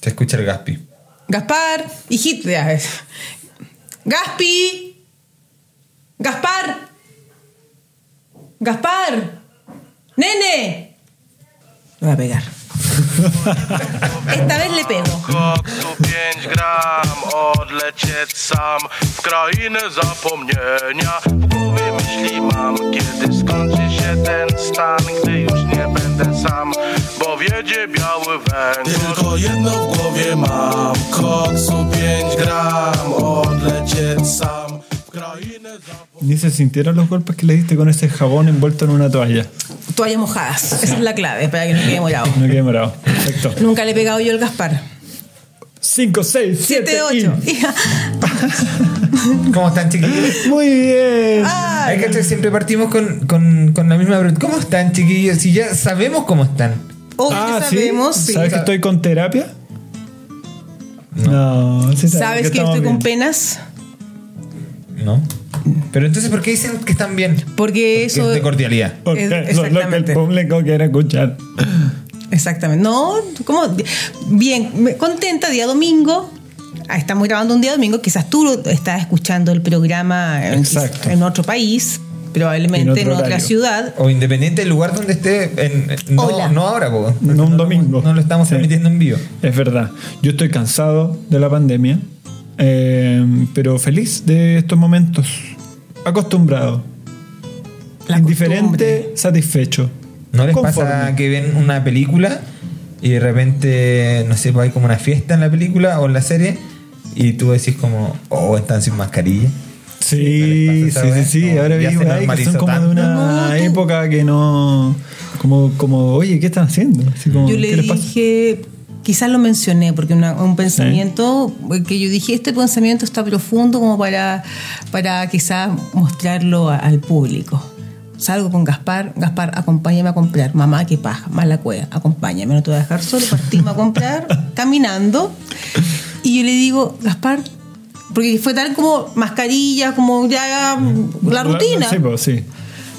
Se escucha el Gaspi. Gaspar, hijito. ya, es. Gaspi. Gaspar. Gaspar. Nene. Me va a pegar. Esta vez le pego. Koksu 5 gram, odlecieć sam w krainę zapomnienia. W głowie myśli mam, kiedy skończy się ten stan, gdy już nie będę sam, bo wiedzie biały węgiel. Tylko jedno w głowie mam, koksu 5 gram, odlecieć sam w krainę zapomnienia. Ni se sintieron los golpes que le diste con ese jabón envuelto en una toalla. Toallas mojadas. Esa es la clave para que no quede molado. No quedé morado. Perfecto. Nunca le he pegado yo al Gaspar. 5, 6, 7, 7, 8. 8. ¿Cómo están, chiquillos? Muy bien. Ah, Hay que hacer- siempre partimos con, con- con la misma pregunta. ¿Cómo están, chiquillos? Si ya sabemos cómo están. Obvio que oh, sabemos. Ah, ¿sí? sí. ¿Sabes que estoy con terapia? No, sí ¿Sabes que yo estamos estoy con bien. penas? ¿No? Pero entonces, ¿por qué dicen que están bien? Porque Que es eso. de cordialidad. Porque Es- es lo que el exactamente. público quiere escuchar. Exactamente. No, como bien, me- contenta, día domingo. Ah, Estamos grabando un día domingo, quizás tú lo estás escuchando el programa en, Exacto. en otro país, probablemente En en, otro otra horario. ciudad. O independiente del lugar donde esté. en- no, Hola. no ahora, po. No un domingo. No lo estamos Sí. transmitiendo en vivo. Es verdad. Yo estoy cansado de la pandemia, eh, pero feliz de estos momentos. Acostumbrado. La indiferente, costumbre. satisfecho. ¿No les Conforme. pasa que ven una película y de repente, no sé, pues hay como una fiesta en la película o en la serie y tú decís como, oh, están sin mascarilla? Sí, ¿No les sí, pasa esa sí, weá? sí. No, ya Ahora vi se weá que normalizó son como de tanto. una No, tú- época que no. Como, como, oye, ¿qué están haciendo? Así como, Yo le ¿qué les pasa? dije, quizás lo mencioné, porque una- un pensamiento que yo dije, este pensamiento está profundo como para, para quizás mostrarlo a- al público. Salgo con Gaspar, Gaspar, acompáñame a comprar. Mamá, qué paja, mala cueva, acompáñame, no te voy a dejar solo. Partimos a comprar, caminando. Y yo le digo, Gaspar, porque fue tal como mascarilla, como ya la rutina. Sí, pues, sí.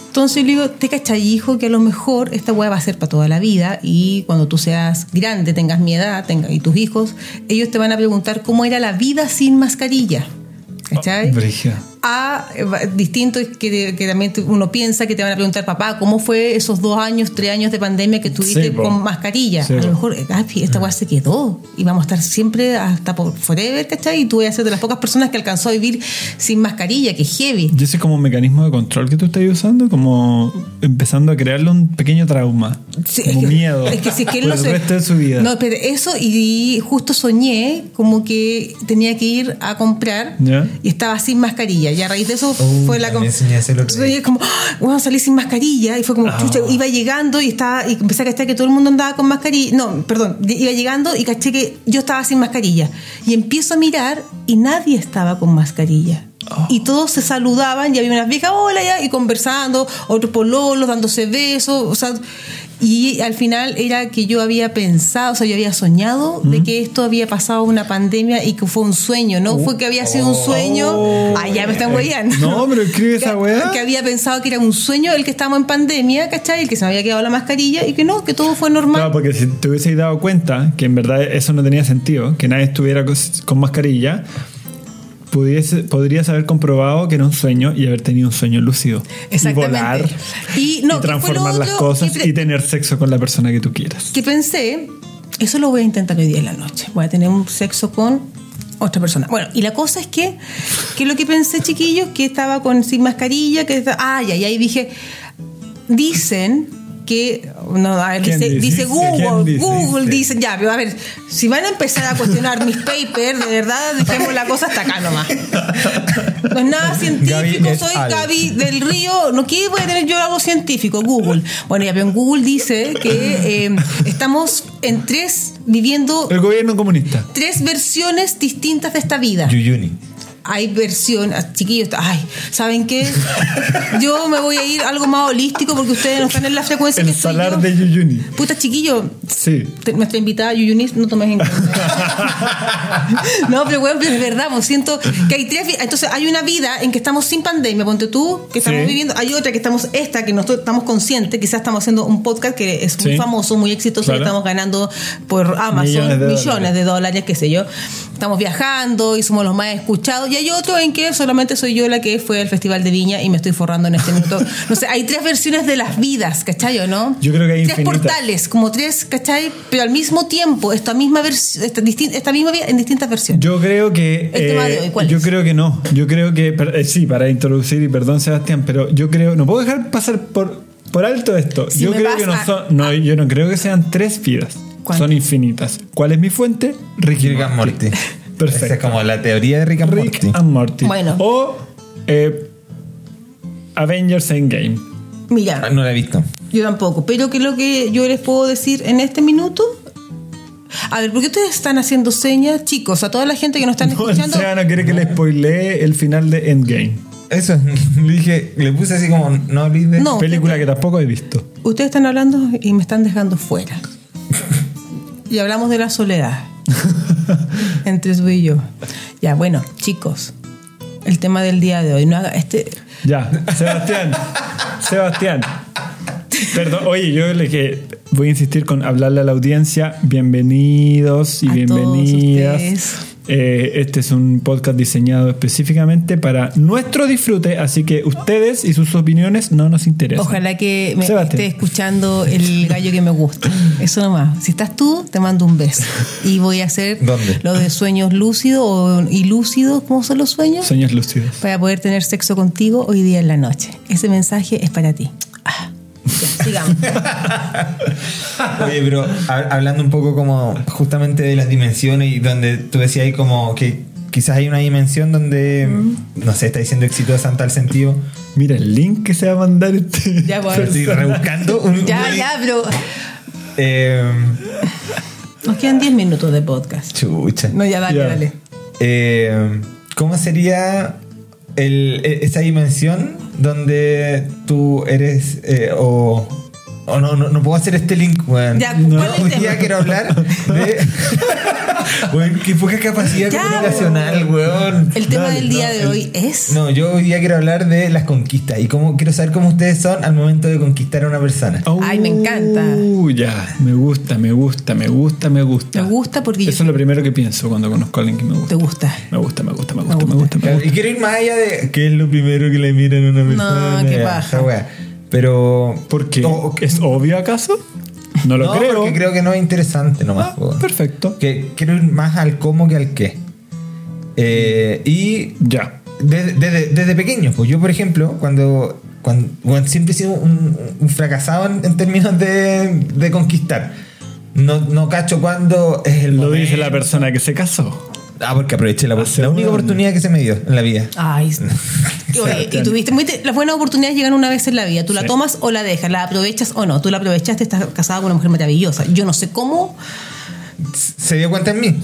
Entonces le digo, te cachai, hijo, que a lo mejor esta weá va a ser para toda la vida y cuando tú seas grande, tengas mi edad tenga- y tus hijos, ellos te van a preguntar cómo era la vida sin mascarilla. Oh, ¿Cachai? Brígida. a eh, va- distinto es que, que también te- uno piensa que te van a preguntar, papá, ¿cómo fue esos dos años, tres años de pandemia que tuviste Sí, po. con mascarilla? Sí, a po. lo mejor, eh, Gaby, esta weá se quedó y vamos a estar siempre hasta por forever, ¿cachai? Y tú vas a ser de las pocas personas que alcanzó a vivir sin mascarilla, que heavy. Y ese es como un mecanismo de control que tú estás usando, como empezando a crearle un pequeño trauma, Sí, es como que- miedo Es que si es que él no por el se- resto de su vida. No, pero eso, y justo soñé como que tenía que ir a comprar Ya. y estaba sin mascarilla. Y a raíz de eso Uh, fue la. me enseñaste el otro día. soñé como, bueno, salí sin mascarilla. Y fue Ah. como, chucha, iba llegando y estaba. Y empecé a cachar que todo el mundo andaba con mascarilla. No, perdón, de- iba llegando y caché que yo estaba sin mascarilla. Y empiezo a mirar y nadie estaba con mascarilla. Ah. Y todos se saludaban y había unas viejas, hola, ya, y conversando, otros pololos, dándose besos, o sea, y al final era que yo había pensado, o sea, yo había soñado Mm. de que esto había pasado una pandemia y que fue un sueño, ¿no? fue que había sido un sueño. Allá me están huellando. Oh. Eh, No, pero escribe esa Que- weá. Que había pensado que era un sueño el que estábamos en pandemia, ¿cachai? El que se me había quedado la mascarilla y que no, que todo fue normal. Claro, porque si te hubieseis dado cuenta que en verdad eso no tenía sentido, que nadie estuviera cos- con mascarilla, pudiese, podrías haber comprobado que era un sueño y haber tenido un sueño lúcido. Y Exactamente. volar. Y, no, y ¿qué fue lo transformar las otro? cosas ¿Qué pre- y tener sexo con la persona que tú quieras. que pensé, eso lo voy a intentar hoy día en la noche. Voy a tener un sexo con otra persona. Bueno, y la cosa es que, que lo que pensé, chiquillos, que estaba con sin mascarilla, que estaba, ah, ya, y ahí dije, dicen que no, a ver, ¿Quién dice, dice? dice ¿Quién Google, dice? Google dicen, ya, pero a ver, si van a empezar a cuestionar mis papers, de verdad, dejemos la cosa hasta acá nomás. No es nada científico, Gaby es soy al. Gaby del Río. No, ¿qué voy a tener yo algo científico? Google. Bueno, ya, pero en Google dice que eh, estamos en tres, viviendo El gobierno comunista. tres versiones distintas de esta vida. Yuyuni. hay versión, ah, chiquillos, ay, ¿saben qué? Yo me voy a ir a algo más holístico porque ustedes no están en la frecuencia El que estoy salar yo. de Yuyuni. Puta, chiquillo, Sí. te- nuestra invitada Yuyunis no tomes en cuenta. no, pero bueno, pero es verdad, pues siento que hay tres. vi- Entonces, hay una vida en que estamos sin pandemia, ponte tú, que estamos Sí. viviendo. Hay otra que estamos esta, que nosotros estamos conscientes. Quizás estamos haciendo un podcast que es muy Sí. famoso, muy exitoso, Claro. que estamos ganando por Amazon Millones millones, de de, dólares, dólares. qué sé yo. Estamos viajando y somos los más escuchados. Y hay otro en que solamente soy yo la que fue al Festival de Viña y me estoy forrando en este minuto. No sé, hay tres versiones de las vidas, ¿cachai o no? Yo creo que hay tres infinitas. portales, como tres, ¿cachai? Pero al mismo tiempo, esta misma versión, esta, disti- esta misma vida en distintas versiones. Yo creo que. eh, El tema de hoy, ¿cuál yo es? creo que no. Yo creo que. per- eh, sí, para introducir, y perdón, Sebastián, pero yo creo. No puedo dejar pasar por, por alto esto. Si yo me creo vas que no a- son. No, yo no creo que sean tres vidas. ¿Cuántas? Son infinitas. ¿Cuál es mi fuente? Ricky Rick and Morty. Perfecto. Esa es como la teoría de Rick and Rick Morty. and Morty. Bueno. O. eh, Avengers Endgame. Ah, Mira, No la he visto. yo tampoco. Pero que lo que yo les puedo decir en este minuto. A ver, ¿por qué ustedes están haciendo señas, chicos? A toda la gente que nos están No, o escuchando. sea, no quiere que le spoilee el final de Endgame. Eso, le dije, le puse así como, no hables de... No, película que tampoco he visto. Ustedes están hablando y me están dejando fuera. Y hablamos de la soledad entre tú y yo. Ya, bueno, chicos, el tema del día de hoy. No haga este. Ya, Sebastián, Sebastián. Perdón, oye, yo le que voy a insistir con hablarle a la audiencia. Bienvenidos y A bienvenidas. todos Eh, este es un podcast diseñado específicamente para nuestro disfrute, así que ustedes y sus opiniones no nos interesan. Ojalá que me Sebastián. esté escuchando el gallo que me gusta. Eso nomás. Si estás tú, te mando un beso. Y voy a hacer ¿Dónde? lo de sueños lúcidos o ilúcidos. ¿Cómo son los sueños? Sueños lúcidos. para poder tener sexo contigo hoy día en la noche. Ese mensaje es para ti. Ah, ya, sigamos. Oye, pero hab- hablando un poco como justamente de las dimensiones y donde tú decías ahí como que quizás hay una dimensión donde, Mm. no sé, está diciendo exitosa en tal sentido. Mira el link que se va a mandar este. Ya, Pero estoy rebuscando un... Ya, ya, pero Eh, nos quedan 10 minutos de podcast. chucha. No, ya, dale, Ya. dale. Eh, ¿Cómo sería el- e- esa dimensión donde tú eres eh, o... o no, no, no puedo hacer este link, weón. Ya, ¿cuál es el Hoy tema? día quiero hablar de... weón, qué poca capacidad Ya, comunicacional, weón. El tema Dale, del día no, de el- hoy es. No, yo hoy día quiero hablar de las conquistas y cómo quiero saber cómo ustedes son al momento de conquistar a una persona. Ay, me encanta. Uh, ya, me gusta, me gusta, me gusta, me gusta. Me gusta porque yo- Eso es lo primero que pienso cuando conozco a alguien que me gusta. ¿Te gusta? Me gusta, me gusta, me gusta, me gusta, me Claro, gusta. Y quiero ir más allá de qué es lo primero que le miran a una persona. qué ya, paja. esa weá. Pero. ¿Por qué? O- ¿Es obvio acaso? No lo no, creo. Porque creo que no es interesante nomás. Ah, po. perfecto. Que quiero ir más al cómo que al qué. Eh, y Ya. desde, desde- desde pequeño, pues yo, por ejemplo, cuando. cuando bueno, siempre he sido un, un fracasado en, en términos de, de conquistar. No, no cacho cuando es el Lo momento. dice la persona que se casó. Ah, porque aproveché la, Hace la única un- oportunidad que se me dio en la vida. Ay. y- oye, y tuviste muy te- las buenas oportunidades llegan una vez en la vida. Tú la Sí. tomas o la dejas, la aprovechas o no. Tú la aprovechaste, estás casada con una mujer maravillosa. Yo no sé cómo. se dio cuenta en mí.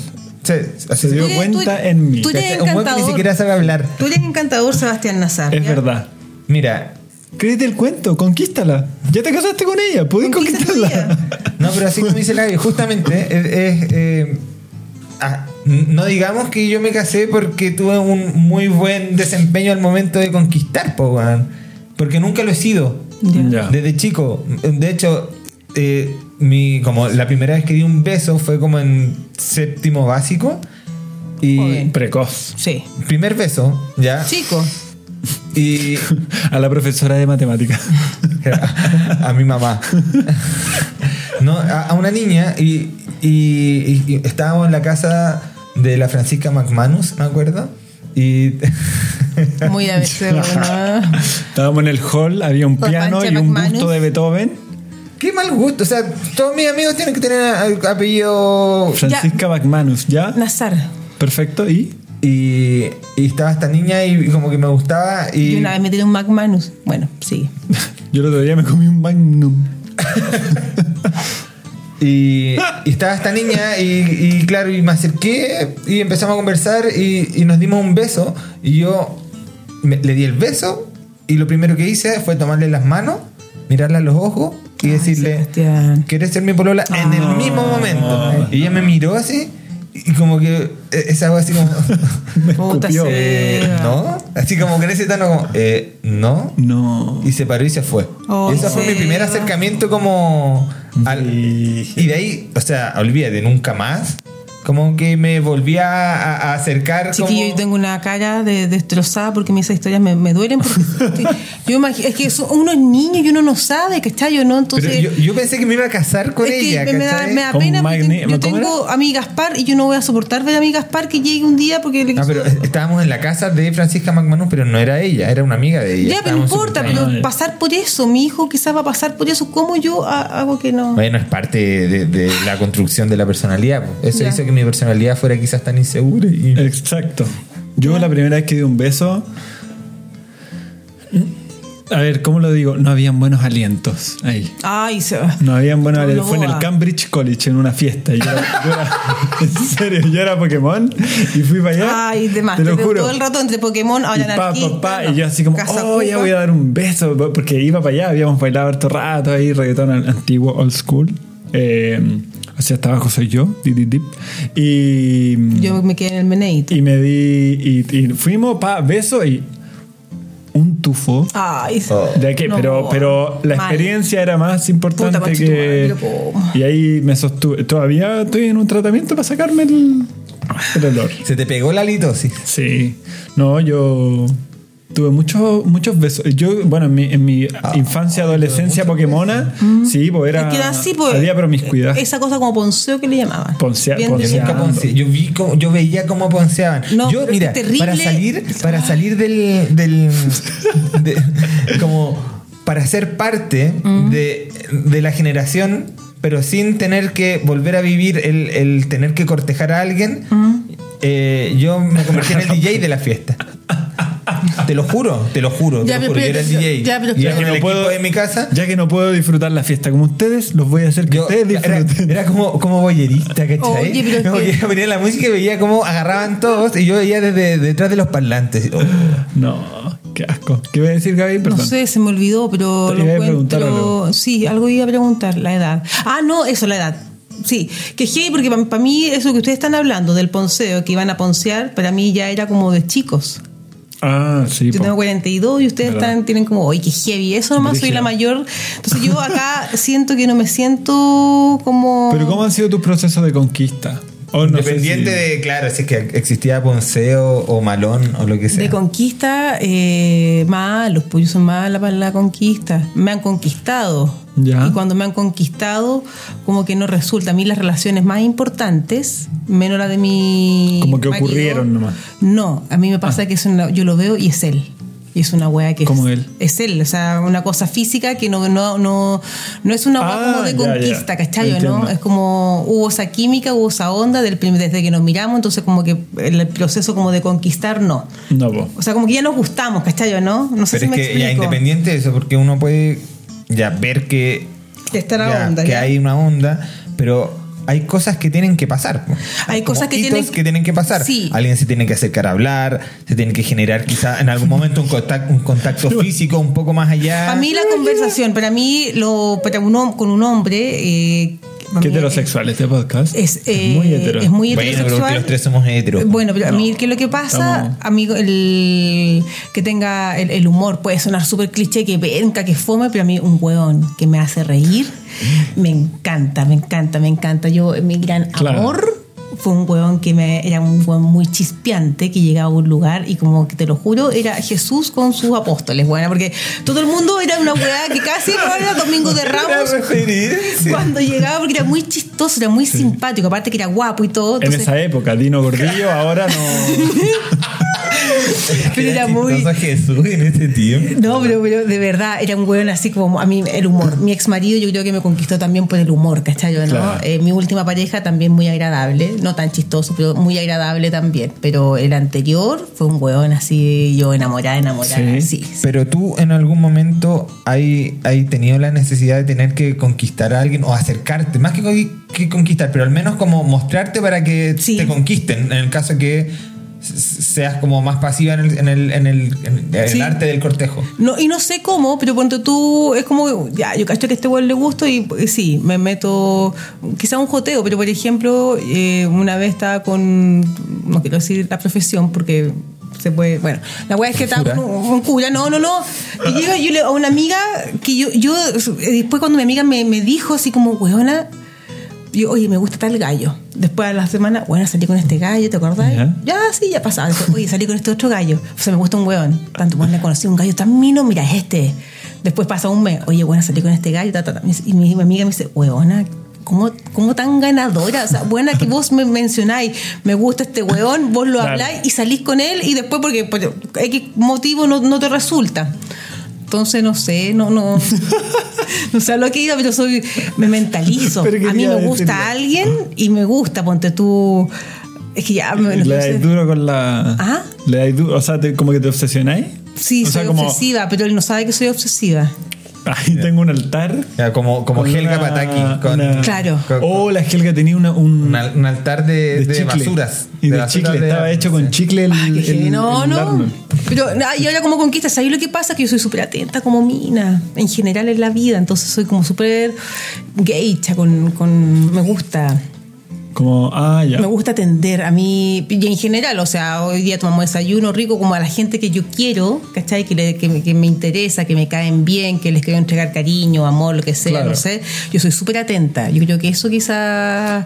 Se, así Se se dio Tú eres- cuenta tú- en mí. tú Un buen eres- que ni encantador. siquiera sabe hablar. Tú eres encantador, Sebastián Nazar. Es ¿ya? verdad. Mira, Créete el cuento, conquístala. Ya te casaste con ella, puedes Conquista tu conquistarla. no, pero así como dice la Gaby, justamente es. es, eh, ah, no digamos que yo me casé porque tuve un muy buen desempeño al momento de conquistar, po, weón. Porque nunca lo he sido. Ya. Desde chico. De hecho, eh, mi, como la primera vez que di un beso fue como en séptimo básico. Y. Joven. Precoz. Sí. Primer beso, ya. Chico. Y A la profesora de matemáticas. a mi mamá. No, a, a una niña y, y- y- y estábamos en la casa de la Francisca McManus, me acuerdo. Y Muy a veces. bueno. Estábamos en el hall, había un Con piano Pancho y un McManus. busto de Beethoven. qué mal gusto, o sea, todos mis amigos tienen que tener a- a- apellido Francisca McManus, ¿ya? Nazar. Perfecto, y y, y estaba esta niña y como que me gustaba Y y una vez me tiré un McManus. Bueno, sí. yo el otro día me comí un magnum. Y, y estaba esta niña y, y claro, y me acerqué y empezamos a conversar y, y nos dimos un beso. Y yo me- le di el beso y lo primero que hice fue tomarle las manos, mirarla a los ojos y Ay, decirle, Sebastián. Ah. ¿quieres ser mi polola? En el mismo momento. Y ella me miró así y como que eh, esa voz así como... Me Puta escupió. sea. eh, ¿No? Así como que en ese tono como... eh, ¿No? No. Y se paró y se fue. Oh, y ese fue mi Seba. primer acercamiento como... al- Brígido. y de ahí, o sea, olvídate, nunca más. Como que me volví a, a- a acercar Chiquillo, como... yo tengo una cara de destrozada porque mis historias me, me duelen. Porque estoy- yo imagi- es que son unos niños y uno no sabe, ¿cachai? Yo no, Pero entonces. yo, yo pensé que me iba a casar con es ella, que me da, ¿cachai? me da Con pena porque Magne- yo ¿cómo era? tengo a mi Gaspar y yo no voy a soportar ver a mi Gaspar que llegue un día porque le Ah, No, Ah, pero estábamos en la casa de Francisca McManus, pero no era ella, era una amiga de ella. Ya, pero no Estábamos importa, súper- pero Ah, ya. pasar por eso, mi hijo quizás va a pasar por eso, ¿cómo yo ha- hago que no? Bueno, es parte de, de la construcción de la personalidad. po. Eso Ya. Eh. hizo que mi personalidad fuera quizás tan insegura. Y... Exacto. Yo la primera vez que di un beso. A ver, ¿cómo lo digo? No habían buenos alientos ahí. Ay, se va. No habían buenos alientos. Fue en el Loa. Cambridge College en una fiesta. Yo era, yo era- en serio, yo era Pokémon y fui para allá. Ay, de más, Te lo desde juro. todo el rato entre Pokémon, Y ahora pa, anarquista, pa, pa, no, y yo así como, Casa oh, ya Cuba". voy a dar un beso, porque iba para allá, habíamos bailado harto rato ahí, reggaetón an- antiguo, old school. Eh, o sea, hasta abajo soy yo, di, di, di. Y, Yo me quedé en el meneito. y me di, y, y fuimos, pa, beso y un tufo. Ay, se- Oh. De aquí, No, pero, pero la mal. experiencia era más importante Puta, conchito, que. madre, po. Y ahí me sostuve. Todavía estoy en un tratamiento para sacarme el, el olor. Se te pegó la litosis. Sí. No, yo tuve muchos muchos besos. Yo, bueno, en mi, en mi infancia, adolescencia pokémona, sí, pues era. Mm. Es que así, pues, había promiscuidad. Esa cosa como ponceo que le llamaban. Poncea- Bien Yo poncea. delicado. nunca ponce- yo vi cómo- yo veía cómo ponceaban. No, yo, pero mira, es terrible. para salir, para salir del, del de- como para ser parte Mm. de, de la generación, pero sin tener que volver a vivir el, el tener que cortejar a alguien, Mm. eh, yo me convertí en el DJ de la fiesta. Te lo juro, te lo juro, te Ya, lo pero juro. Yo era el espérate, DJ. ya, pero y Ya era que, el no equipo puedo, de mi casa. ya que no puedo disfrutar la fiesta como ustedes, los voy a hacer que Yo ustedes era, disfruten. era como, como boyerista, ¿cachai? Oye, pero es Como que- que ponía la música y veía cómo agarraban todos y yo veía desde detrás de los parlantes. Oh, No, qué asco. ¿Qué voy a decir, Gaby? No Perdón. sé, se me olvidó, pero Te lo iba a preguntar encuentro- Sí, algo iba a preguntar, la edad. Ah, no, eso, la edad. Sí, que hey, porque para mí eso que ustedes están hablando del ponceo, que iban a poncear, para mí ya era como de chicos. Ah, sí. Yo po. tengo 42 y ustedes ¿Verdad? están, tienen como, oye, qué heavy, eso nomás, soy Brígido. la mayor. Entonces yo acá siento que no me siento como... Pero ¿cómo han sido tus procesos de conquista? O no sé Independiente si- de, claro, si es que existía Ponceo o Malón o lo que sea. De conquista, eh, malos, pues yo soy mala para la conquista. Me han conquistado. Ya. Y cuando me han conquistado, como que no resulta. A mí las relaciones más importantes, menos la de mi. Como que marido, ocurrieron nomás. Ah. No, a mí me pasa que es una- yo lo veo y es él. Y es una weá que ¿Cómo es él? Es él, o sea, una cosa física que no, no, no, no es una weá Ah, como de ya, conquista, ya. ¿cachai? ¿no? Entiendo. Es como hubo esa química, hubo esa onda del prim- desde que nos miramos, entonces como que el proceso como de conquistar, no. No, po. O sea, como que ya nos gustamos, ¿cachai? ¿No? No sé Pero si es me que ya explico. independiente de eso, porque uno puede ya ver que, Está la ya, onda, que ya. hay una onda, pero hay cosas que tienen que pasar. po. Hay Como cosas que hitos que tienen- que pasar. Sí. Alguien se tiene que acercar a hablar, se tiene que generar quizá en algún momento un contacto, un contacto físico un poco más allá. Para mí la conversación, para mí lo, para un hom- con un hombre... Eh, para Qué mí heterosexual este podcast. Es, eh, muy hetero. es muy Bueno, pero heterosexual. porque los tres somos heteros. Bueno, pero a mí No. que lo que pasa, Estamos- amigo, el que tenga el, el humor puede sonar súper cliché, que venga, que fome, pero a mí un hueón que me hace reír, me encanta, me encanta, me encanta. Yo, mi gran Claro. amor fue un hueón que me era un hueón muy chispeante que llegaba a un lugar y como que te lo juro era Jesús con sus apóstoles bueno porque todo el mundo era una hueá que casi no era Domingo de Ramos cuando llegaba porque era muy chistoso era muy simpático aparte que era guapo y todo en entonces- esa época, Dino Gordillo, ahora no. Pero era muy. chistoso Jesús en este tiempo. No, pero, pero de verdad, era un weón así como a mí el humor. Mi ex marido yo creo que me conquistó también por el humor, ¿cachayo? ¿no? Claro. Eh, mi última pareja también muy agradable, no tan chistoso, pero muy agradable también. Pero el anterior fue un weón así, yo enamorada, enamorada, Sí. sí. sí. Pero tú en algún momento hay, hay tenido la necesidad de tener que conquistar a alguien o acercarte, más que, con- que conquistar, pero al menos como mostrarte para que Sí. te conquisten, en el caso que s- seas como más pasiva en el, en el, en el- en el Sí. arte del cortejo. No, y no sé cómo, pero cuando tú es como, ya, yo cacho que a este weón le gusto y eh, sí, me meto, quizá un joteo, pero por ejemplo, eh, una vez estaba con, no quiero decir la profesión porque se puede, bueno, la weá es que estaba ¿Cura? con un, un cura, no, no, no, y llego yo le- a una amiga que yo, yo eh, después cuando mi amiga me, me dijo así como, weona, yo, oye, me gusta tal gallo. Después a la semana, bueno, salí con este gallo, ¿te acordás? Ya. Ya, sí, ya pasaba. Después, oye, salí con este otro gallo. O sea, me gusta un hueón. Tanto, bueno, le conocí un gallo tan mino, mira, es este. Después pasa un mes, oye, bueno, salí con este gallo, ta, ta, ta. Y mi, mi amiga me dice, hueona, ¿cómo, ¿cómo tan ganadora? O sea, buena que vos me mencionáis, me gusta este hueón, vos lo Claro. habláis y salís con él y después, porque por X motivo no, no te resulta. Entonces, no sé, no, no. no sé a lo que iba, pero soy, me mentalizo. Pero a mí quería me gusta decirlo. alguien y me gusta, ponte tú. Es que ya. me- no Le sé. dais duro con la. ¿Ah? Le dais duro. O sea, te- como que te obsesionáis. Sí, o sea, soy como. obsesiva, pero él no sabe que soy obsesiva. Ahí tengo un altar. O sea, como, como Con Helga una- Pataki. Con, una- Claro. con- Oh, la Helga tenía una, un. un, al- un altar de, de de chicle. basuras. Y de, basuras chicle. de- Estaba hecho con chicle el. Ay, que- el- no, el no. Arnold. Pero, ah, y ahora como conquistas, ahí lo que pasa es que yo soy súper atenta como mina, en general en la vida, entonces soy como súper geisha, con, con, me gusta. Como, ah, ya. Me gusta atender a mí, y en general, o sea, hoy día tomamos desayuno rico como a la gente que yo quiero, ¿cachai? Que, le- que, me- que me interesa, que me caen bien, que les quiero entregar cariño, amor, lo que sea, Claro. no sé. Yo soy súper atenta. Yo creo que eso quizá...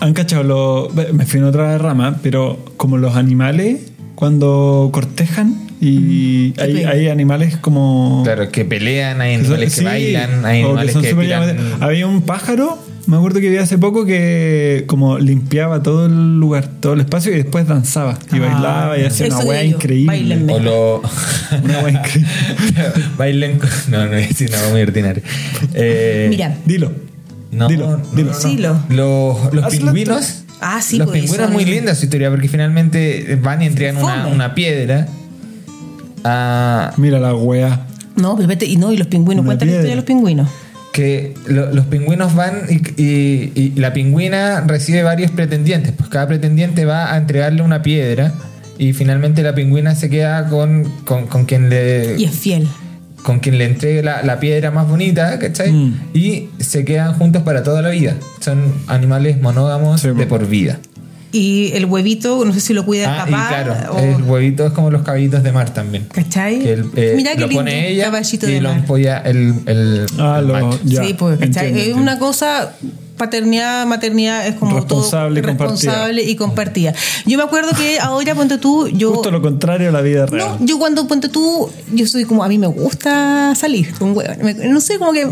Han cachado los. Me fui en otra rama, pero como los animales, cuando cortejan y se hay, pegan. hay animales como. Claro, que pelean, hay que son- animales que sí, bailan, hay o que animales son que, súper tiran- llamativos. Había un pájaro, me acuerdo que vi hace poco, que como limpiaba todo el lugar, todo el espacio y después danzaba y bailaba y hacía Ah, eso una digo wea yo, increíble. báilenme. O lo. Una wea increíble. Bailen. con- No, no es una cosa muy ordinaria. Eh, Mira. Dilo. No, dilo, no, dilo. no. Dilo. Los, los Hazlo pingüinos. Ah, sí, Los pues, pingüinos son- muy linda su historia porque finalmente van y entregan una, Fome. una piedra a. Mira la wea. No, pero vete, y no, y los pingüinos, Una cuéntale la historia de piedra. los pingüinos. Que lo- los pingüinos van y, y- y la pingüina recibe varios pretendientes. Pues cada pretendiente va a entregarle una piedra y finalmente la pingüina se queda con, con, con quien le. Y es fiel. con quien le entregue la, la piedra más bonita, ¿cachai? Mm. Y se quedan juntos para toda la vida. Son animales monógamos Sí, de po. por vida. Y el huevito, no sé si lo cuida Ah, el y papá. claro, o- el huevito es como los caballitos de mar también. ¿Cachai? Que el, eh, Mira qué lo lindo, pone ella caballito y de lo mar. empolla el, el, Ah, el lo- macho. ya, sí, pues, ¿cachai? entiendo, es entiendo. una cosa, paternidad, maternidad es como Responsable y todo compartida. responsable y compartida. Yo me acuerdo que ahora, ponte tú, yo... Justo lo contrario a la vida real. No, yo cuando ponte tú, yo soy como, a mí me gusta salir con huevos. No sé, como que.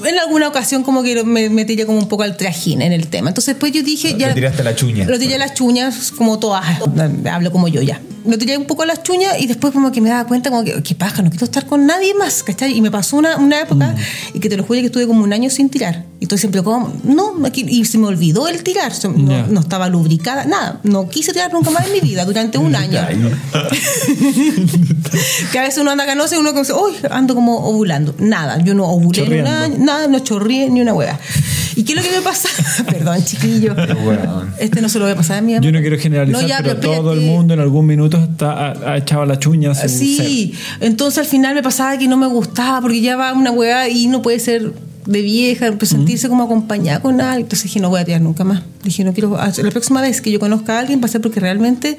En alguna ocasión, como que me, me tiré como un poco al trajín en el tema. Entonces, después yo dije. Te ya, tiraste a la chuña. Lo tiré a pues. las chuñas, como todas. Ah, Hablo como yo ya. Lo tiré un poco a las chuñas y después, como que me daba cuenta, como que, qué paja, no quiero estar con nadie más, ¿cachai? Y me pasó una, una época Mm. y que te lo juro que estuve como un año sin tirar. Y estoy siempre como, no, aquí- y se me olvidó el tirar. Se- No, Ya. no estaba lubricada, nada. No quise tirar nunca más en mi vida durante un año. que a veces uno anda canoso y uno como, uy, ando como ovulando. Nada, yo no ovulé en un Chorreando. año, nada, no chorrié ni una hueá. ¿Y qué es lo que me pasa? Perdón, chiquillo. hueón. Este no se lo voy a pasar a mi mamá. Yo no quiero generalizar, No, ya, pero pero todo el espérate. mundo en algún minuto está, ha, ha echado la chuña a su Sí, entonces al final me pasaba que no me gustaba porque ya va una hueá y no puede ser de vieja, pues, sentirse como acompañada con alguien. Entonces dije, no voy a tirar nunca más. Dije, no quiero. ah, La próxima vez que yo conozca a alguien va a ser porque realmente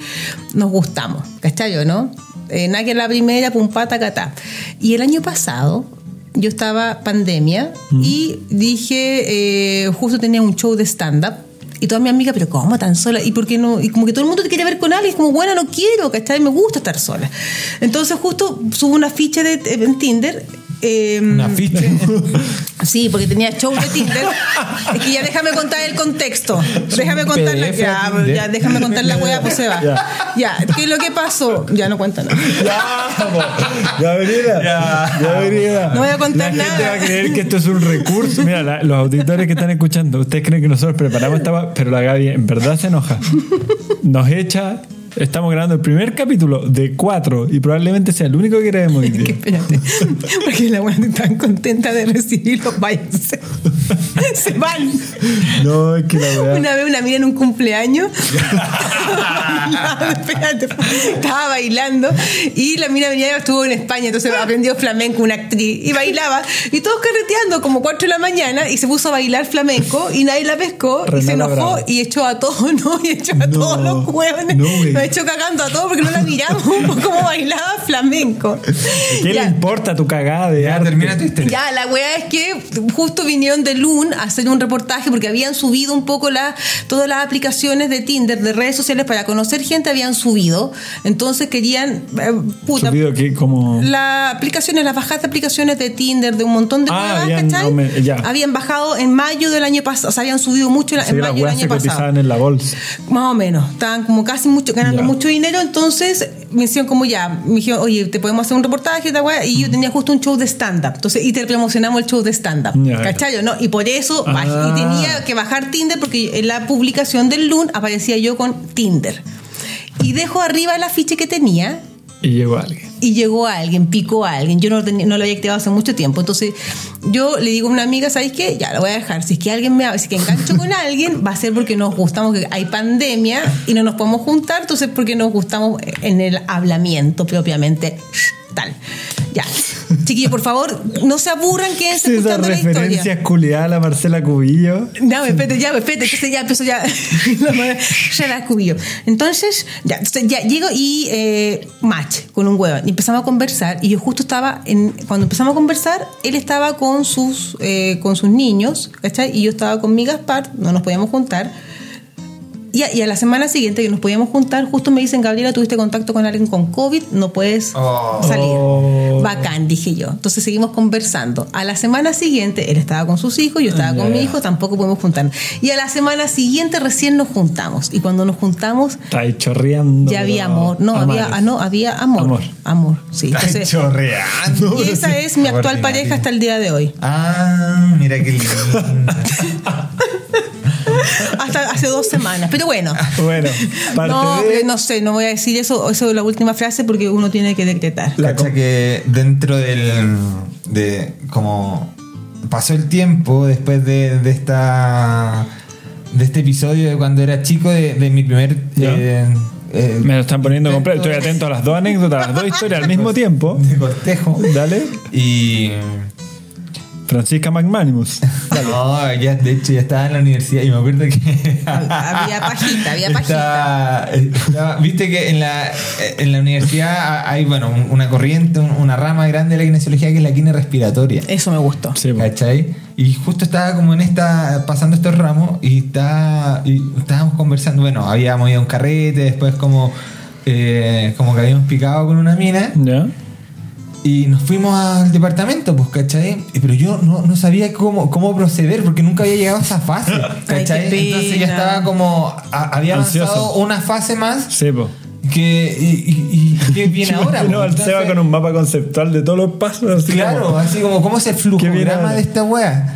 nos gustamos. ¿Cachayo, no? Eh, nada que la primera, pum, pata, catá. Y el año pasado. Yo estaba pandemia y dije, eh, justo tenía un show de stand-up y toda mi amiga, pero ¿cómo tan sola? Y por qué no, y como que todo el mundo te quiere ver con alguien, es como, bueno, no quiero, ¿cachai? Me gusta estar sola. Entonces justo subo una ficha de, en Tinder eh, Un afiche. Sí, porque tenía show de Tinder. es que ya déjame contar el contexto. Déjame contar la PDF ya, de Tinder. ya, déjame contar la hueá, pues se va. Ya. ¿qué es lo que pasó? Ya no cuenta nada. Ya venida. Ya, venida. No voy a contar La gente nada. va a creer que esto es un recurso. Mira, la- los auditores que están escuchando, ustedes creen que nosotros preparamos esta pa- pero la Gaby en verdad se enoja. Nos echa. Estamos grabando el primer capítulo de cuatro y probablemente sea el único que grabemos hoy Que día. espérate, porque la buena está tan contenta de recibirlos, váyanse. Se van. No, es que la verdad. Una vez una mira en un cumpleaños. Espérate, estaba bailando y la mina venía estuvo en España, entonces aprendió flamenco, una actriz, y bailaba. Y todos carreteando como 4 de la mañana y se puso a bailar flamenco y nadie la pescó y se Renata enojó Bravo. y echó a todos, ¿no? Y echó a No, todos los hueones. no, güey. Nos echó cagando a todos porque no la miramos cómo bailaba flamenco. ¿Qué Ya. le importa tu cagada de Ya, arte? termina tu historia. Ya, la weá es que justo vinieron de Loon a hacer un reportaje porque habían subido un poco la, todas las aplicaciones de Tinder, de redes sociales para conocer gente, habían subido. Entonces querían. eh, puta, Subido que como. las aplicaciones, las bajadas de aplicaciones de Tinder, de un montón de Ah, nuevas, habían ¿cachai? aumen- ya. Habían bajado en mayo del año pasado, o sea, habían subido mucho en la- si en las mayo del weas se año pasado. cotizaban en la bolsa. Más o menos, estaban como casi mucho, ganando Ya. mucho dinero, entonces me hicieron como ya, me dijeron, oye, te podemos hacer un reportaje, esta weá, y yo tenía justo un show de stand-up, entonces, y te promocionamos el show de stand-up, Ya, ya. ¿cachayo? ¿no? Y por eso, Ah. baj- y tenía que bajar Tinder, porque en la publicación del LUN aparecía yo con Tinder. Y dejo arriba el afiche que tenía, Y llegó alguien. y llegó alguien, picó a alguien. Yo no, lo tenía- no lo había activado hace mucho tiempo. Entonces, yo le digo a una amiga, ¿sabes qué? Ya lo voy a dejar. Si es que alguien me habla, si es que engancho con alguien, va a ser porque nos gustamos, que hay pandemia y no nos podemos juntar, entonces porque nos gustamos en el hablamiento propiamente tal. Ya. Chiquillos, por favor, no se aburran, quédense Esa escuchando la historia. referencia culiada a la Marcela Cubillo. No, espérate, ya, espérate, entonces ya empezó ya. la madre, ya la cubillo. Entonces, ya, entonces ya llego y eh, match con un huevo. Y empezamos a conversar. Y yo justo estaba, en, cuando empezamos a conversar, él estaba con sus, eh, con sus niños, ¿cachai? Y yo estaba con mi Gaspar, no nos podíamos juntar. Y a, y a la semana siguiente que nos podíamos juntar, justo me dicen, Gabriela, tuviste contacto con alguien con COVID, no puedes Oh. salir. Oh. Bacán, dije yo. Entonces seguimos conversando. A la semana siguiente, él estaba con sus hijos, yo estaba Ah, con ya. mi hijo, tampoco pudimos juntarnos. Y a la semana siguiente recién nos juntamos. Y cuando nos juntamos, Está ahí chorreando. ya había pero amor. No, había, amares. ah, no, había amor. Amor. Amor. sí. Entonces, Chorreando. y esa es mi actual Ordinario. pareja hasta el día de hoy. Ah, mira qué lindo. Hasta hace dos semanas. Pero bueno. Bueno, parte No, de pero no sé, no voy a decir eso, eso es la última frase porque uno tiene que decretar. La Cacha com- que dentro del. de. como. pasó el tiempo después de, de esta. de este episodio de cuando era chico, de, de mi primer. Ya. eh, eh, me lo están poniendo completo. Estoy intento atento a las dos anécdotas, a las dos historias al mismo tiempo. De cortejo. Dale. Y. Francisca McManimus. No, ya, de hecho ya estaba en la universidad y me acuerdo que. Había pajita, había Estaba- estaba- Viste que en la, en la universidad ha- hay, bueno, un- una corriente, un- una rama grande de la kinesiología que es la kine respiratoria. Eso me gustó. Sí, po. ¿Cachai? Y justo estaba como en esta, pasando estos ramos y, está, y estábamos conversando. Bueno, habíamos ido a un carrete, después como, eh, como que habíamos picado con una mina. ¿Ya? Y nos fuimos al departamento, pues, ¿cachai? Y- Pero yo no, no sabía cómo, cómo proceder porque nunca había llegado a esa fase, ¿cachai? qué pena. Entonces ya estaba como. a- había avanzado Ansioso. una fase más Sí, po. que. ¿Y, y- y qué viene ahora? No, pues, el Seba entonces- con un mapa conceptual de todos los pasos. así Claro, como- así como, ¿cómo es el Qué bien flujograma habla. de esta wea?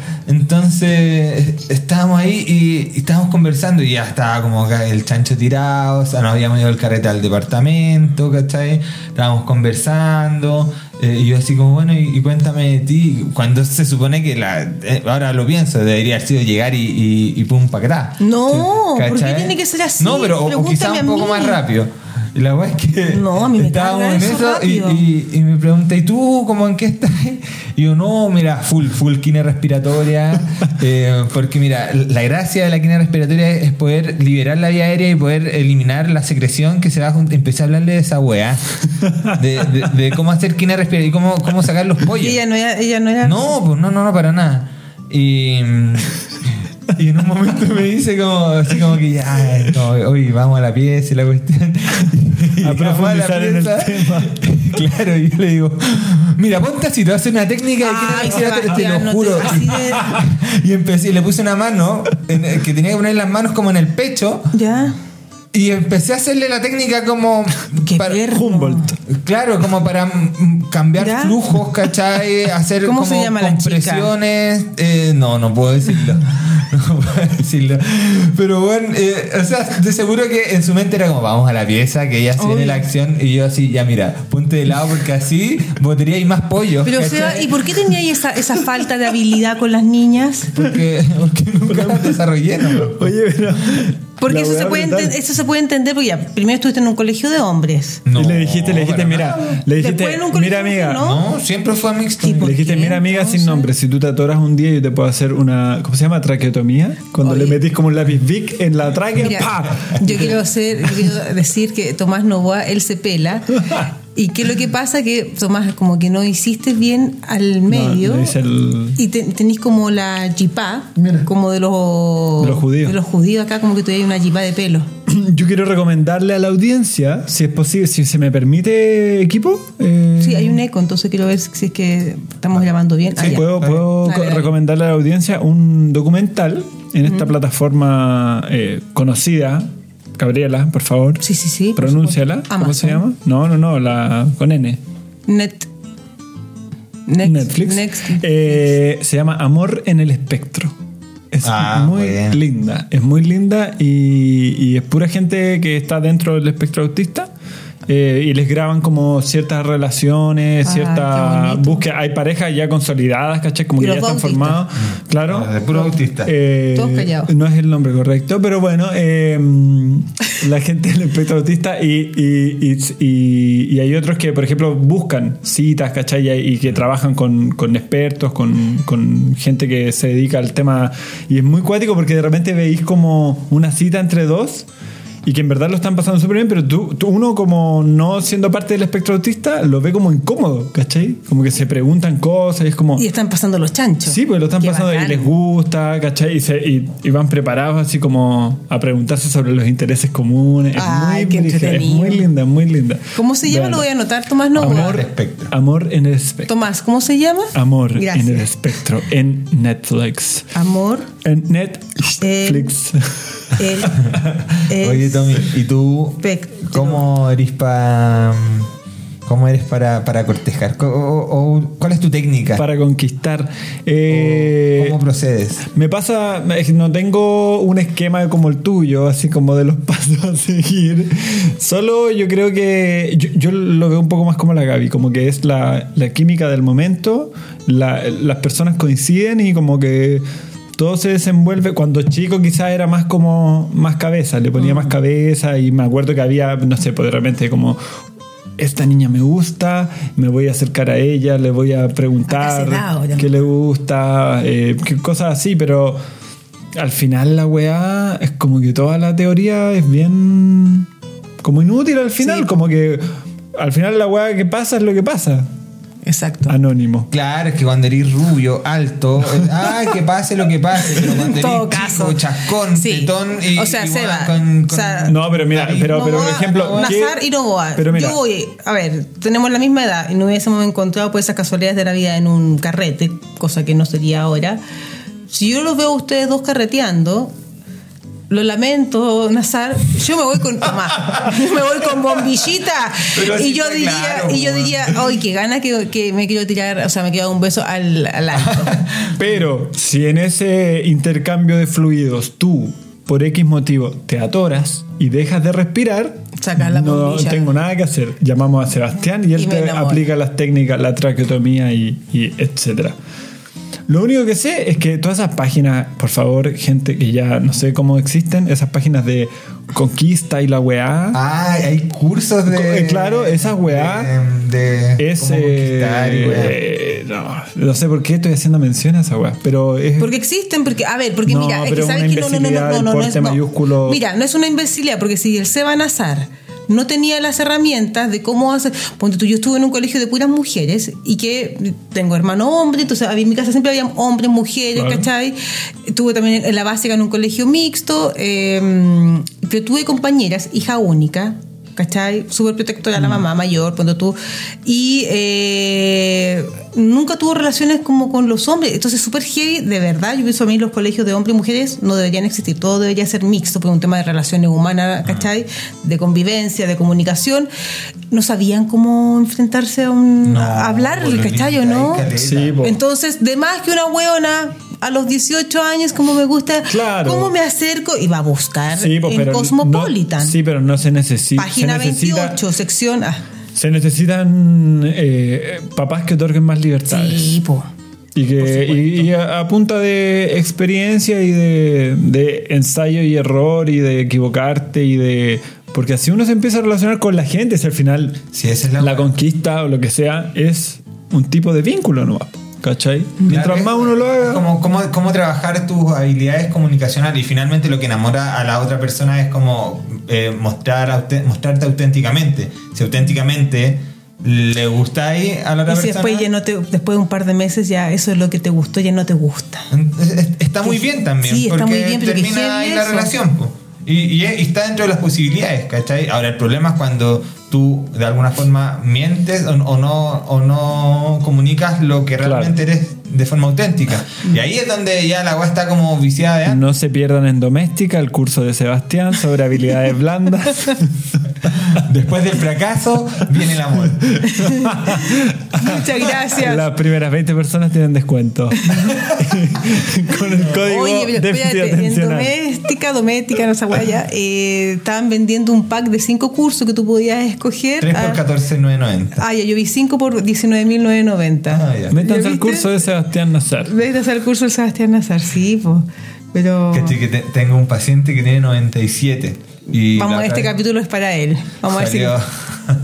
Entonces, estábamos ahí y, y estábamos conversando y ya estaba como acá el chancho tirado, o sea, nos habíamos ido al carrete al departamento, ¿cachai? Estábamos conversando eh, y yo así como, bueno, y, y cuéntame de ti, cuando se supone que la... eh, ahora lo pienso, debería haber sido llegar y, y, y pum, para acá. No, ¿por qué tiene que ser así? No, pero o- o quizá Pregúntame un a poco mí. más rápido. Y la wea es que No, a mí me estábamos carga en eso eso y- rápido. y, y me pregunta, ¿y tú cómo en qué estás? Y yo, no, mira, full, full quine respiratoria. eh, porque mira, la gracia de la quine respiratoria es poder liberar la vía aérea y poder eliminar la secreción que se va a jun- Empecé a hablarle de esa weá. De, de- de cómo hacer quine respiratoria y cómo, cómo sacar los pollos. Y ella no era, ella no era No, pues no, no, no, para nada. Y, y Y en un momento me dice como, así como que ya, eh, como, oye, vamos a la pieza y la cuestión. Y A vamos profundizar en el tema. Claro, y yo le digo, mira, ponte así, te voy a hacer una técnica de Ay, quién era el tercero, Sebastián, te no lo te- juro. así de- Y empecé, y le puse una mano, en- que tenía que poner las manos como en el pecho, Ya. y empecé a hacerle la técnica como... Qué para- perro. Humboldt. Claro, como para mm, cambiar ¿Ya? flujos, ¿cachai? Hacer ¿Cómo como se llama la compresiones. Eh, no, no puedo decirlo. No puedo decirlo. Pero bueno, eh, o sea, de seguro que en su mente era como, vamos a la pieza, que ya se viene Obvio. la acción. Y yo así, ya mira, ponte de lado porque así botería y más pollo. Pero, Seba, ¿y por qué teníais esa, esa falta de habilidad con las niñas? Porque, porque nunca la desarrollé, ¿no? Oye, pero. Porque la eso weá se, puede brutal. enten- eso se puede entender, porque ya, primero estuviste en un colegio de hombres. y le dijiste, le dijiste, para mira, nada. le Después dijiste, en un colegio mira amiga, no. No, siempre fue mixto. ¿Y le por dijiste, qué, mira amiga sin entonces? nombre, si tú te atoras un día yo te puedo hacer una, ¿cómo se llama? Traqueotomía, cuando le Oye. metís como un lápiz Vic en la tráquea, Mira, ¡pa! yo quiero hacer, yo quiero decir que Tomás Novoa, él se pela. Y que lo que pasa que, Tomás, como que no hiciste bien al medio. no hice el- Y te- tenés como la jipá, como de los, De los judíos. de los judíos acá, como que todavía hay una jipá de pelo. Yo quiero recomendarle a la audiencia, si es posible, si se me permite equipo, eh, Sí, hay un eco, entonces quiero ver si es que estamos grabando bien. Ah, Sí, ya. puedo, puedo Dale, co- dale. recomendarle a la audiencia un documental en esta plataforma eh, conocida. Gabriela, por favor. Sí, sí, sí, por Pronúnciala. supuesto. ¿Cómo se llama? Amazon. No, no, no, la con N. Net. Next, Netflix. Next. Eh, se llama Amor en el Espectro. Es Ah, muy muy bien. linda. Es muy linda y, y es pura gente que está dentro del espectro autista. eh, y les graban como ciertas relaciones, Ah, qué ciertas bonito. búsquedas. Hay parejas ya consolidadas, ¿cachai? Como Y que ya los están bautistas. formados. Mm. Claro. De puro autista. Eh, Todos callados. No es el nombre correcto, pero bueno, eh, la gente del espectro autista y, y, y, y- y hay otros que, por ejemplo, buscan citas, ¿cachai? Y, y que trabajan con, con expertos, con, con gente que se dedica al tema. Y es muy cuático porque de repente veis como una cita entre dos. Y que en verdad lo están pasando súper bien, pero tú, tú- uno como no siendo parte del espectro autista lo ve como incómodo, ¿cachai? Como que se preguntan cosas y es como... Y están pasando los chanchos. Sí, porque lo están Qué pasando bacán. y les gusta, ¿cachai? Y, se- y- y van preparados así como a preguntarse sobre los intereses comunes. Es, Ay, muy, qué brígida, es entretenido. muy linda, muy linda. ¿Cómo se llama? Vean. Lo voy a anotar, Tomás Novoa. Amor espectro. Amor Ah. en el espectro. Tomás, ¿cómo se llama? Amor Gracias. en el espectro. En Netflix. Amor. En Netflix. El, el- Oye, Tommy, ¿y tú Espectro. cómo eres para cómo eres para, para cortejar? Co- o- o- ¿Cuál es tu técnica? para conquistar. Eh, Oh, ¿Cómo procedes? Me pasa, eh, no tengo un esquema como el tuyo, así como de los pasos a seguir. Solo yo creo que yo, yo lo veo un poco más como la Gaby, como que es la, la química del momento, la- las personas coinciden y como que todo se desenvuelve. Cuando chico quizás era más como más cabeza, le ponía más cabeza y me acuerdo que había, no sé, pues de repente como... Esta niña me gusta, me voy a acercar a ella, le voy a preguntar Apasionado, ya. qué le gusta, eh, qué cosas así, pero al final la weá es como que toda la teoría es bien como inútil al final, Sí. como que al final la weá que pasa es lo que pasa. Exacto. Anónimo. Claro, es que cuando eres rubio, alto, eh, ay, que pase lo que pase, pero cuando En eres chico, todo caso. chascón, Sí. tetón y O sea, y Seba, bueno, con- o sea, con- No, pero mira, Ahí. pero, pero por Novoa, ejemplo, ¿qué- Nazar y Novoa. Pero mira, Yo voy, a ver, tenemos la misma edad y no hubiésemos encontrado por esas casualidades de la vida en un carrete, cosa que no sería ahora. Si yo los veo a ustedes dos carreteando, lo lamento, Nazar, yo me voy con Tomás, yo me voy con bombillita. Pero y sí, yo está diría, claro, y yo weón. diría, ay, qué gana que, que me quiero tirar, o sea, me quiero dar un beso al, al alto. Pero si en ese intercambio de fluidos tú, por X motivo, te atoras y dejas de respirar, Saca la no bombilla. tengo nada que hacer. Llamamos a Sebastián y él Y me te enamoro. aplica las técnicas, la traqueotomía y, y etcétera. Lo único que sé es que todas esas páginas, por favor, gente que ya no sé cómo existen, esas páginas de conquista y la weá. Ah, hay cursos de. Eh, claro, esa weá De. de es, cómo conquistar y weá. eh, no, no sé por qué estoy haciendo mención a esa weá, pero es Porque existen, porque, a ver, porque No, mira, es que pero sabes una que no, no, no, no, imbecilidad no, del no, no porte es no. mayúsculo. Mira, no es una imbecilidad, porque si el Seba Nazar no tenía las herramientas de cómo hacer. Ponte tú, yo estuve en un colegio de puras mujeres y que tengo hermano hombre, entonces había- en mi casa siempre había hombres, mujeres, Claro. ¿cachai? Estuve también en la básica en un colegio mixto, eh, pero tuve compañeras, hija única. ¿Cachai? Súper protectora la mamá mayor, cuando tú. Y eh, nunca tuvo relaciones como con los hombres. Entonces, súper heavy, de verdad. Yo pienso a mí los colegios de hombres y mujeres no deberían existir. Todo debería ser mixto por un tema de relaciones humanas, ¿cachai? De convivencia, de comunicación. No sabían cómo enfrentarse a un. a hablar, boludo, ¿cachai o no? pues, caleta. Sí, po. Entonces, de más que una hueona a los 18 años, como me gusta, Claro. cómo me acerco, y va a buscar Sí, po, en pero no- Cosmopolitan. sí, pero no se necesita. Página se necesita- 28, sección A. Se necesitan eh, papás que otorguen más libertades. Sí, po. Y, que, y, y a, a punta de experiencia y de, de ensayo y error y de equivocarte y de... Porque así uno se empieza a relacionar con la gente, si al final Sí, esa es la la, conquista o lo que sea es un tipo de vínculo, ¿no? ¿Cachai? Mientras Claro, más uno lo haga... Como, como- como trabajar tus habilidades comunicacionales y finalmente lo que enamora a la otra persona es como eh, mostrar, aute- mostrarte auténticamente. Si auténticamente le gustáis a la otra Y si persona. después ya no te, después de un par de meses ya eso es lo que te gustó, ya no te gusta. Es- es- Está muy bien también, Sí, está porque muy bien, pero que heavy termina ahí la eso. relación. po. Y, y- y está dentro de las posibilidades, ¿cachai? Ahora, el problema es cuando tú de alguna forma mientes o, o no, o no comunicas lo que Claro. realmente eres de forma auténtica. Y ahí es donde ya la agua está como viciada de antes. No se pierdan en Doméstica el curso de Sebastián sobre habilidades blandas. Después del fracaso viene el amor. Muchas gracias. Las primeras 20 personas tienen descuento. Con el código Oye, pero déficit espérate, en atencional. doméstica, doméstica, no sé, ya, eh, estaban vendiendo un pack de cinco cursos que tú podías escoger. 3 Ah, por 14,990. Ah, ya, yo vi 5 por 19.990. Ah, ya. Métanse ¿Ya al viste? curso de Sebastián Nazar. Vete a hacer el curso del Sebastián Nazar, sí, po. Pero Cachai, que te- tengo un paciente que tiene 97. Y vamos, la otra este vez capítulo es para él. Vamos a salió, ver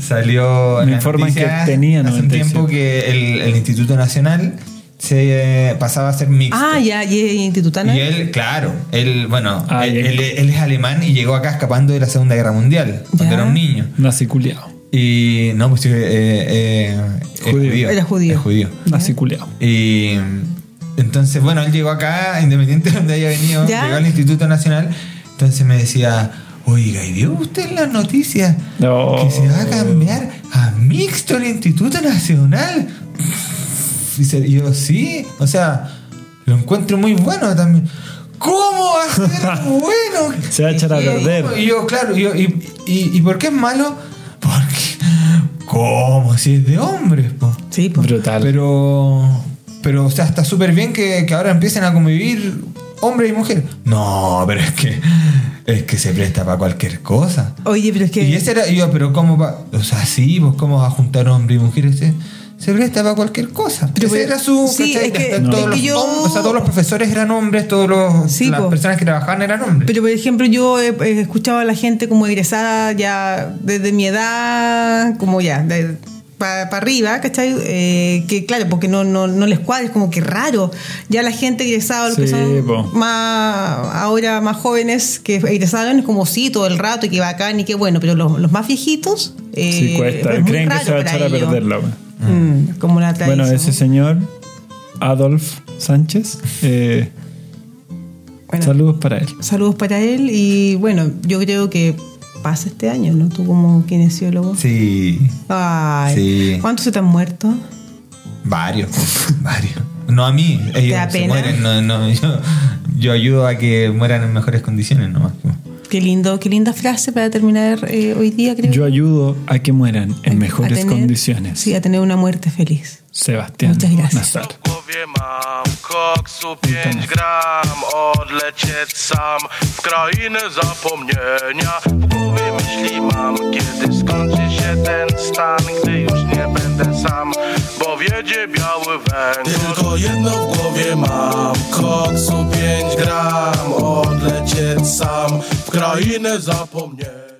salió en Me las informan que noticias tenía hace un 97. tiempo que el, el Instituto Nacional se eh, pasaba a ser si... mixto. Ah, ya, y es institutano. Y él, claro, él, bueno, Ah, él, bien. él- él es alemán y llegó acá escapando de la Segunda Guerra Mundial, cuando Ya. era un niño. Naciculeado. Y no, pues sí, eh, eh, es Judío. Era judío. Es judío. Naciculeado. Y mm, entonces, bueno, él llegó acá, independiente de donde haya venido, ¿Ya? llegó al Instituto Nacional. Entonces me decía, oiga, ¿y vio usted en las noticias No. que se va a cambiar a mixto el Instituto Nacional? Y se- y yo, sí, o sea, lo encuentro muy bueno también. ¿Cómo va a ser bueno? Se va a echar a Y- perder. Y yo, claro, y yo, y, y, ¿y por qué es malo? Porque, ¿cómo? Si es de hombres, po. Sí, po. Brutal. Pero, pero, o sea, está súper bien que, que ahora empiecen a convivir hombre y mujer. No, pero es que es que se presta para cualquier cosa. Oye, pero es que. Y ese era, y yo, pero ¿cómo va? O sea, sí, vos cómo vas a juntar hombre y mujer. Se, se presta para cualquier cosa. Pero, ese pero- era su. sí, ¿cachai? es que- Hasta no. todos es que los yo- hom- O sea, todos los profesores eran hombres, todos los Sí, las po. personas que trabajaban eran hombres. Pero por ejemplo, yo he, he escuchado a la gente como egresada ya desde mi edad, como ya, para arriba, ¿cachai? Eh, que claro, porque no, no, no les cuadra, es como que raro. Ya la gente egresada, los que Sí, son po. más, ahora más jóvenes que egresaron, es como sí, todo el rato, y que bacán y que bueno, pero los, los más viejitos. eh, sí, cuesta. es muy Creen que raro se va a para echar a ellos. perderla. güey. Mm, como la traición. Bueno, ese señor, Adolf Sánchez, eh, Bueno. saludos para él. Saludos para él y bueno, yo creo que pasa este año, ¿no? Tú como kinesiólogo. Sí, Ay, Sí. ¿cuántos se te han muerto? varios, varios. No a mí, ellos da se pena? mueren. No, no, yo, yo ayudo a que mueran en mejores condiciones nomás. po. Qué lindo, qué linda frase para terminar eh, hoy día, creo. Yo ayudo a que mueran en A- mejores a tener- condiciones. Sí, a tener una muerte feliz. Sebastián Muchas gracias. Nazar. W głowie mam koksu 5 gram Odlecieć sam w krainę zapomnienia W głowie myśli mam, kiedy skończy się ten stan Gdy już nie będę sam, bo wiedzie biały węgiel Tylko jedno w głowie mam koksu 5 gram Odlecieć sam w krainę zapomnienia